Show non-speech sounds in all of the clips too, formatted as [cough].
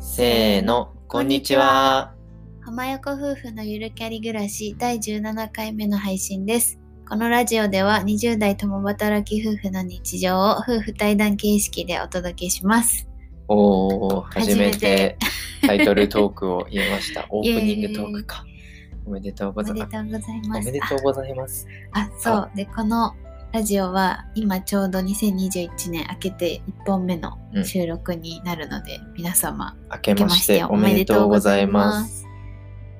せーの、こんにちは。浜横夫婦のゆるキャリ暮らし第17回目の配信です。このラジオでは20代共働き夫婦の日常を夫婦対談形式でお届けします。おー、初め初めてタイトルトークを言えま [laughs] した。オープニングトークか。おめでとうおごめざいでます。とうございおますめ。でとうございます。あ、あそう。で、このラジオは今ちょうど2021年明けて1本目のうん収録になるので、皆様明けましておめでとうございます。。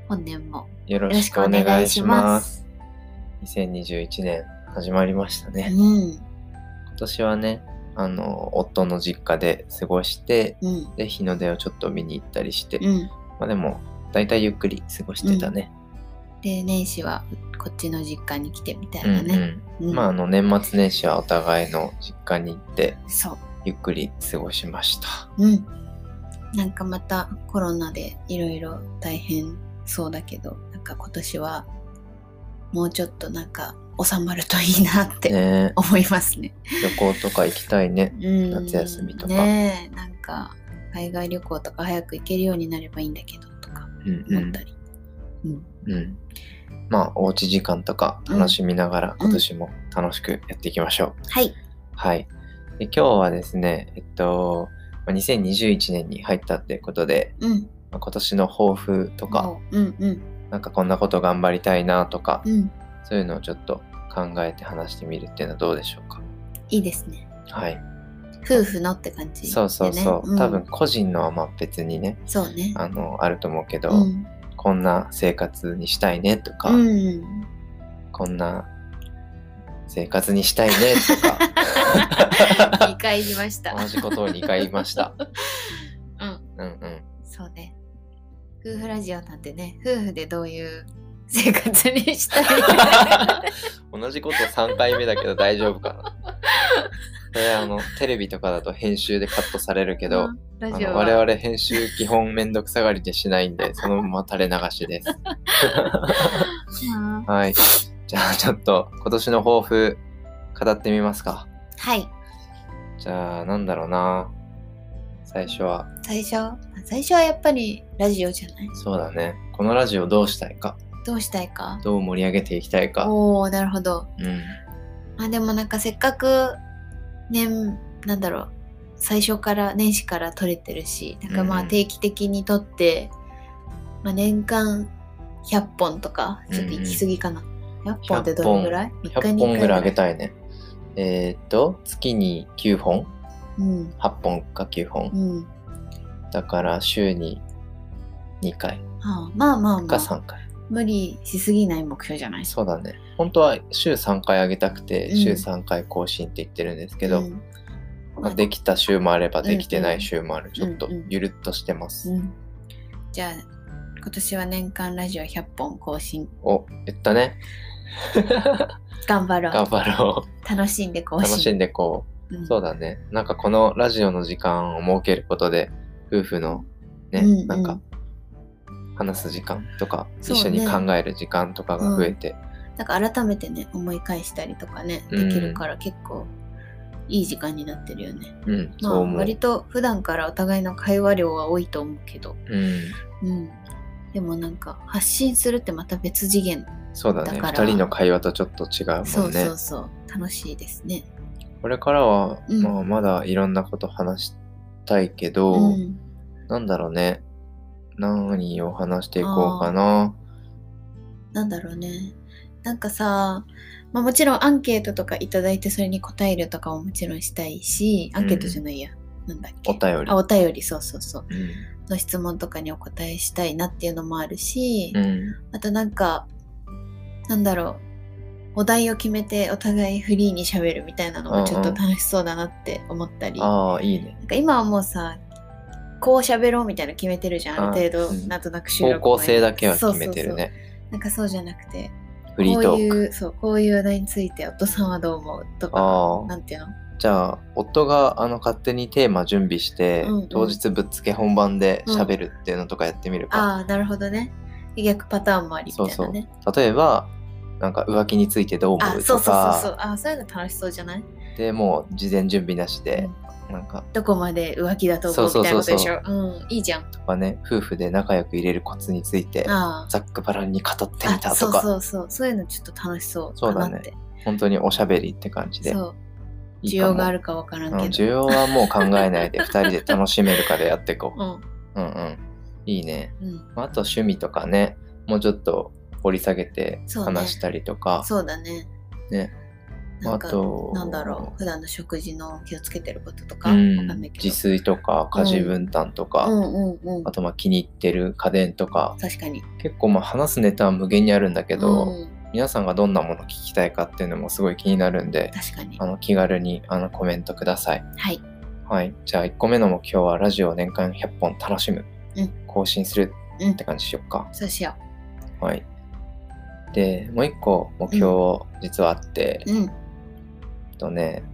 本年も。よろしくお願いします。2021年始まりましたうね。ん、今年はね、あの、夫の実家で過ごして、うん、で、日の出をちょっと見に行ったりして、うん。まあでも、だいたいゆっくり過ごしてたね。で、年始はこっちの実家に来てみたいうん、なうん、ね。うんまあ、あの、年末年始はお互いの実家に行って、そう。ゆっくり過ごしました。うん。なんかまたコロナでいろいろ大変そうだけど、なんか今年はもうちょっとなんか収まるといいなってね思いますね。え旅行とか行きたいね。うん。夏休みとかねえ、なんか海外旅行とか早く行けるようになればいいんだけどとかうんう思っんたり。うん。うん。まあ、おうち時間とか楽しみながら、うん今年も楽しくやっていきましょう。はい。はい。で今日はですね、えっと、まあ2021年に入ったっていうことで、うん。まあ今年の抱負とか、もううんうんなんかこんなこと頑張りたいなとか、うん。そういうのをちょっと考えて話してみるっていうのはどうでしょうか。いいですね。はい。夫婦のって感じ、ね。そうそうそう。ん多分個人のはまあ別にね、そうね。あの、あると思うけど、うん。こんな生活にしたいねとか、 [laughs] うん。こんな生活にしたいねとか二回言いました。同じことを2回言いました。うん。うんうん、そうね。夫婦ラジオなんてね、夫婦でどういう生活にしたい同じこと3回目だけど大丈夫かなこれあのテレビとかだと編集でカットされる [laughs] けど、うん、ラあジオのは我々編集基本めんどくさがりでしないん [laughs] でそのまま垂れ流しです。うんはいじゃあちょっと今年の抱負語ってみますか。はい、じゃあなんだろうな最初は最初、最初はやっぱりラジオじゃないそうだね。このラジオどうしたいか、どうしたいかどう盛り上げていきたいか。おおなるほど。うん。まあでもなんかせっかく年、なんだろう、最初から年始から撮れてるし、なんかまうあんうん定期的に撮って、まあ年間100本とか、ちょっと行き過ぎかな。100本ってどれぐらい ?3 日100に1本回ぐらいあげたいね。えーっと、月に9本うん。 ?8 本か9本。うん。だから週に2回ああまあまあまかあ3回。無理しすぎない目標じゃないそうだね。本当は週3回あげたくて、うん週3回更新って言ってるんですけど、うんまあ、できた週もあればんうんできてない週もある。ちょっとうんうんゆるっとしてます。うんじゃあ今年は年間ラジオ100本更新お、言ったね。頑張ろ頑う張ろう。楽しんで更楽新しんでこう。うんそうだね。なんかこのラジオの時間を設けることで、夫婦のね、うんうんなんか、話す時間とか、そ一うね緒に考える時間とかが増えて、なんか改めてね思い返したりとかねできるから結構いい時間になってるよね、うん、まそうあ思う。割と普段からお互いの会話量は多いと思うけどうん、うんでもなんか発信するってまた別次元、そうだね。だから二人の会話とちょっと違うもんね。そうそうそう楽しいですねこれからは、うんまあ、まだいろんなこと話したいけど、んなんだろうね。何を話していこうかな。なんだろうね。なんかさ、まあ、もちろんアンケートとかいただいてそれに答えるとかももちろんしたいし、アンケートじゃないや。なんだっけ。お便りあ、お便り、そうそうそう。うんの質問とかにお答えしたいなっていうのもあるし、うんあとなんか、なんだろう。お題を決めてお互いフリーに喋るみたいなのもちょっと楽しそうだなって思ったり。ああ、いいね。なんか今はもうさこう喋ろうみたいなの決めてるじゃんある程あう度んなんとなく収方録前向性だけは決めてるそうそうね。そうなんかそうじゃなくてフリートこうーク。いうそうこういう話題について夫さんはどう思うとかああ。なんていうのじゃあ夫があの勝手にテーマ準備して、うんうん当日ぶっつけ本番で喋るっていうのとかやってみるか、ああなるほどね逆パターンもありみたそういそなうね例えばなんか浮気についてどう思あうそとうそうそうそかうあーそういうの楽しそうじゃないでもう事前準備なしで、なんかどこまで浮気だと思うみたいなことでしょうんいいじゃんとかね夫婦で仲良く入れるコツについてああざっくばらんに語ってみたあとそうかそうそうそういうのちょっと楽しそうそかうだなねって本当におしゃべりって感じでそうい需いかも要があるかわからうんんけど需要はもう考えない [laughs] で2人で楽しめるかでやっていこううんうんうんいいねうんまああと趣味とかねもうちょっと掘り下げてそうね話したりとか、そうだねねなあんかとなんだろう普段の食事の気をつけてることとかうわかんんないけど自炊とか家事分担とか、うんうんうんあとまあ気に入ってる家電とか確かに結構まあ話すネタは無限にあるんだけど、うん皆さんがどんなもの聞きたいかっていうのもすごい気になるんで確かにあの気軽にあのコメントくださいはいはいじゃあ1個目の目標はラジオを年間100本楽しむ、うん更新するうんって感じしよっか、そうしよはいでもう1個目標実はあって、ううんえっとね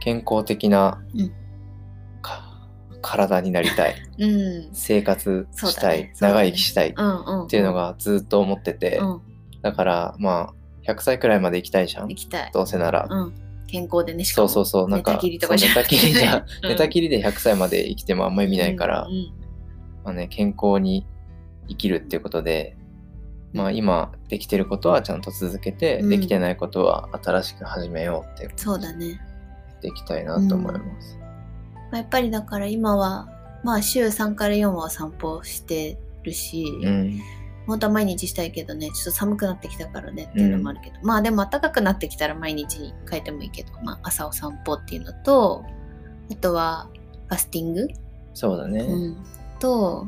健康的な、うんか体になり [laughs] たいうん生活したい、そうだね長生きしたいっうんうんていうのがずっと思ってて、うんだからまあ100歳くらいまで生きたいじゃん行きたいどうせなら、うん健康でねしかそもうそうそうなんか寝たきりとかそうじゃ寝たなくてきりじゃ [laughs] うん寝たきりで100歳まで生きてもあんまり意味ないから、うんうんまあね、健康に生きるっていうことで、まあ、今できてることはちゃんと続けて、うんできてないことは新しく始めようってやそうだねっていきたいなと思います、まあやっぱりだから今はまあ週3から4は散歩してるし、うん本当は毎日したいけどねちょっと寒くなってきたからねっていうのもあるけど、まあでも暖かくなってきたら毎日に変えてもいいけど、まあ、朝お散歩っていうのとあとはファスティング、そうだね、うん、と、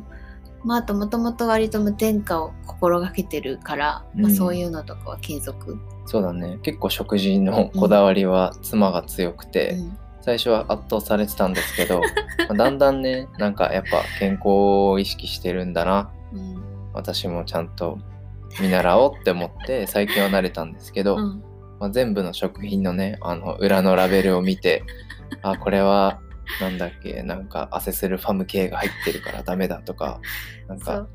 まあ、あともともと割と無添加を心がけてるから、まあ、うんそういうのとかは継続、そうだね結構食事のこだわりは妻が強くて、うん最初は圧倒されてたんです [laughs] けどまあだんだんねなんかやっぱ健康を意識してるんだなうん私もちゃんと見習おうって思って最近は慣れたんですけど、うんまあ、全部の食品のねあの裏のラベルを見 [laughs] てあこれはなんだっけなんかアセスルファム系が入ってるからダメだとかなんそかう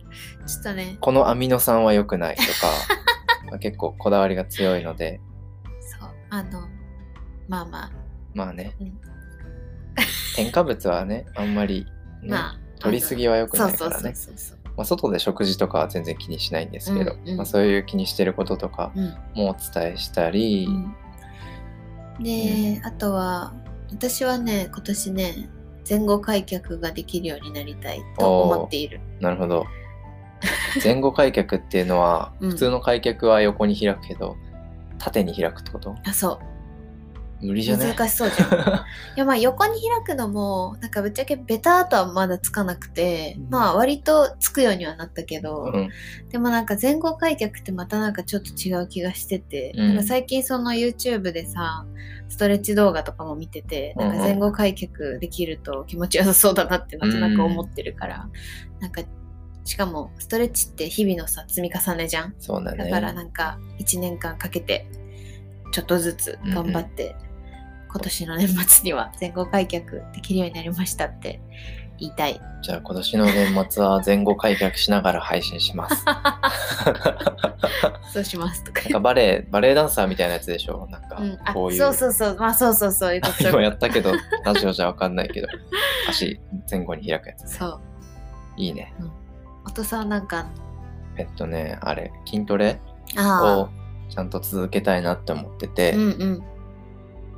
ちょっとねこのアミノ酸は良く [laughs] ないとかまあ結構こだわりが強いのでそうあのまあまあまあねうん添加物はねあんまり、ね [laughs] まあ取りすはぎは良くないそかうそらうそうねそうそうまあ外で食事とかは全然気にしないんですけど、うんうんまあ、そういう気にしてることとかうんもお伝えしたり、で、あとは私はね今年ね前後開脚ができるようになりたいと思っているなるほど前後開脚っていうのは [laughs] うん普通の開脚は横に開くけど、縦に開くってことあそう無理じゃない難しそ [laughs] うじゃんいやまあ横に開くのもなんかぶっちゃけベターとはまだつかなくて、うんまあ割とつくようにはなったけど、うん、でもなんか前後開脚ってまたなんかちょっと違う気がしてて、うんなんか最近その YouTube でさストレッチ動画とかも見てて、なんか前後開脚できると気持ちよさそうだなってなんとなく思ってるから、なんかしかもストレッチって日々のさ積み重ねじゃんそうだねだからなんか1年間かけてちょっとずつ頑張って、今年の年末には前後開脚できるようになりましたって言いたいじゃあ今年の年末は前後開脚しながら配信しますそうしますとかなんかバレエバレエダンサーみたいなやつでしょなんかうん、あこういう、そうそうそうまあそうそうそういうこと [laughs] 今やったけどラジオじゃわかんないけど足前後に開くやつそういいねお父さんなんかえっとねあれ筋トレあをちゃんと続けたいなって思ってあて、うんうん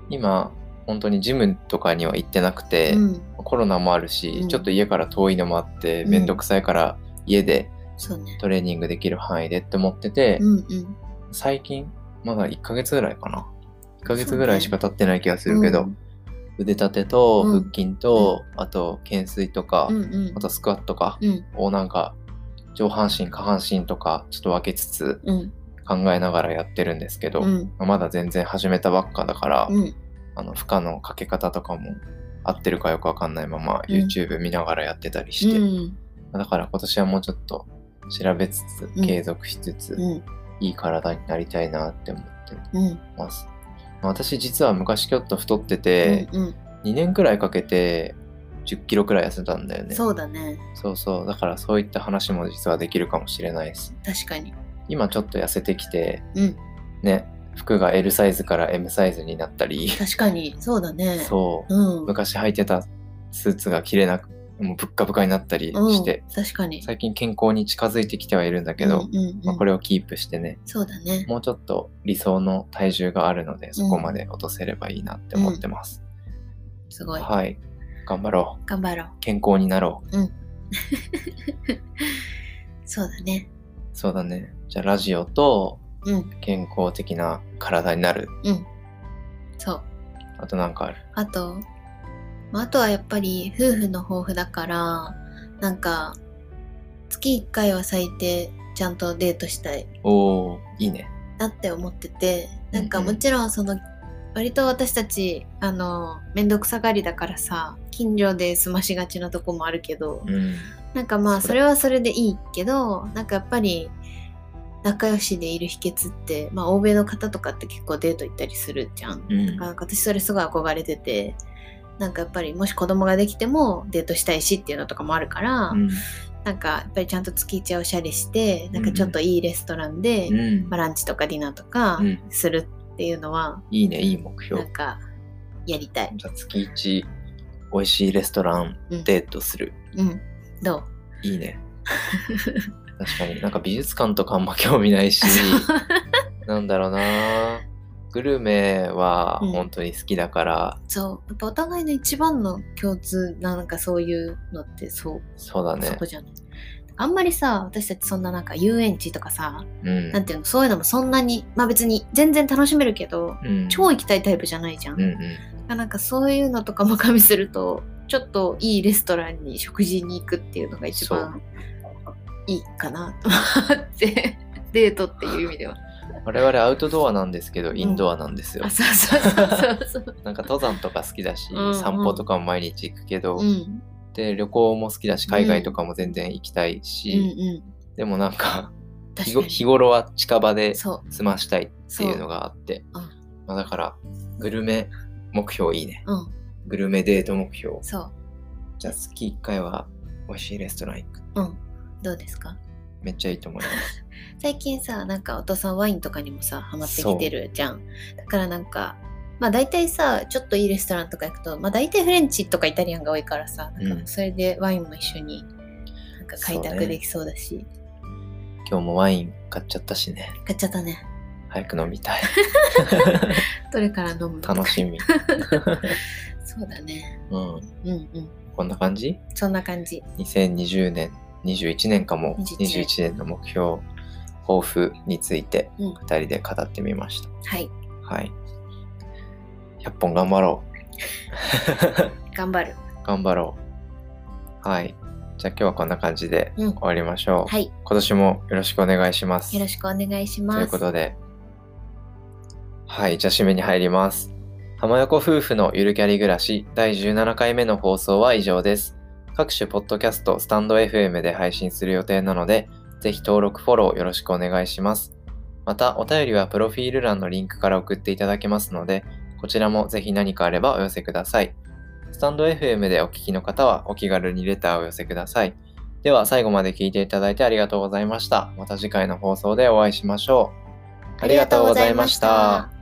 今本当にジムとかには行ってなくて、うんコロナもあるし、うんちょっと家から遠いのもあってうん面倒くさいから家でそうねトレーニングできる範囲でって思ってて、うんうん最近まだ1ヶ月ぐらいかな1ヶ月ぐらいしか経ってない気がするけど、うん腕立てとうん腹筋と、あと懸垂とか、うんうんあとスクワットとかうんをなんか上半身下半身とかちょっと分けつつうん考えながらやってるんですけど、うんまだ全然始めたばっかだから、うんあの負荷のかけ方とかも合ってるかよくわかんないままうん YouTube 見ながらやってたりして、うんだから今年はもうちょっと調べつつうん継続しつつ、うんいい体になりたいなって思ってうんます私実は昔ちょっと太ってて、うん2年くらいかけて10キロくらい痩せたんだよねそうだねそうそうだからそういった話も実はできるかもしれないです確かに今ちょっと痩せてきて、うんね服が L サイズから M サイズになったり、確かにそうだね、そうん、う昔履いてたスーツが着れなくもうぶっかぶかになったりして、うん、確かに最近健康に近づいてきてはいるんだけど、うんうんうんまあ、これをキープしてねそうだねもうちょっと理想の体重があるのでそこまで落とせればいいなって思ってます、すごいはい頑張ろう頑張ろう健康になろうそうだねそうだねじゃあラジオとうん健康的な体になるそうあとなんかあるあと、まあ、あとはやっぱり夫婦の抱負だからなんか月1回は最低ちゃんとデートしたいおーいいねなって思っててなんかうんうんもちろんその割と私たちあの面倒くさがりだからさ近所で済ましがちなとこもあるけどうんなんかまあそれそれはそれでいいけどなんかやっぱり仲良しでいる秘訣ってまあ欧米の方とかって結構デート行ったりするじゃんうなんんかなんか私それすごい憧れててなんかやっぱりもし子供ができてもデートしたいしっていうのとかもあるから、うんなんかやっぱりちゃんと月一はおしゃれしてなんうんうかんちょっといいレストランで、うんまあ、ランチとかディナーとかうんするっていうのは、いいねいい目標なんかやりたい、じゃあ月一美味しいレストランうんデートする、うん、どういいね確かになんか美術館とかあんま興味ないしなんだろうなグルメはうん本当に好きだから、そうやっぱお互いの一番の共通ななんかそういうのってそう、そうだそねこじゃないあんまりさ私たちそんななんか遊園地とかさ、うんなんていうのそういうのもそんなにまあ別に全然楽しめるけどうん超行きたいタイプじゃないじゃん。うんうんなんかそういうのとかも加味するとちょっといいレストランに食事に行くっていうのが一番いいかなと思って [laughs] デートっていう意味 [laughs] では。我々アウトドアなんですけどインドアなんですよ、あそうそうそうそ [laughs] うそう。なんか登山とか好きだしうんうん散歩とかも毎日行くけど、うんで旅行も好きだし海外とかも全然行きたいうんし、うん。でもなんか日 [laughs] 確かごに。日頃は近場でそう済ましたいっていうのがあって、そううんまあ、だからグルメ目標いいねうんグルメデート目標そうじゃあ月1回は美味しいレストラン行くうん。どうですかめっちゃいいと思い [laughs] ます最近さなんかお父さんワインとかにもさハマってきてるじゃんだからなんかまあ大体さちょっといいレストランとか行くとまあ大体フレンチとかイタリアンが多いからさなんうんかそれでワインも一緒になんか開そうね拓できそうだし今日もワイン買っちゃったしね買っちゃったね早く飲み [laughs] たいどれから飲む楽しみ、そうだねうん、うんうんこんな感じそんな感じ2020年21年かも21 21年の目標抱負についてうん2人で語ってみました、はいはい100本頑張ろう頑張る頑張ろう。はい。じゃあ今日はこんな感じでうん終わりましょう。はい今年もよろしくお願いします。よろしくお願いしといまうすことで。はい。じゃあ締めに入ります。浜横夫婦のゆるキャリ暮らし第17回目の放送は以上です。各種ポッドキャスト、スタンド FM で配信する予定なので、ぜひ登録、フォローよろしくお願いします。また、お便りはプロフィール欄のリンクから送っていただけますので、こちらもぜひ何かあればお寄せください。スタンド FM でお聞きの方はお気軽にレターをお寄せください。では最後まで聞いていただいてありがとうございました。また次回の放送でお会いしましょう。ありがとうございました。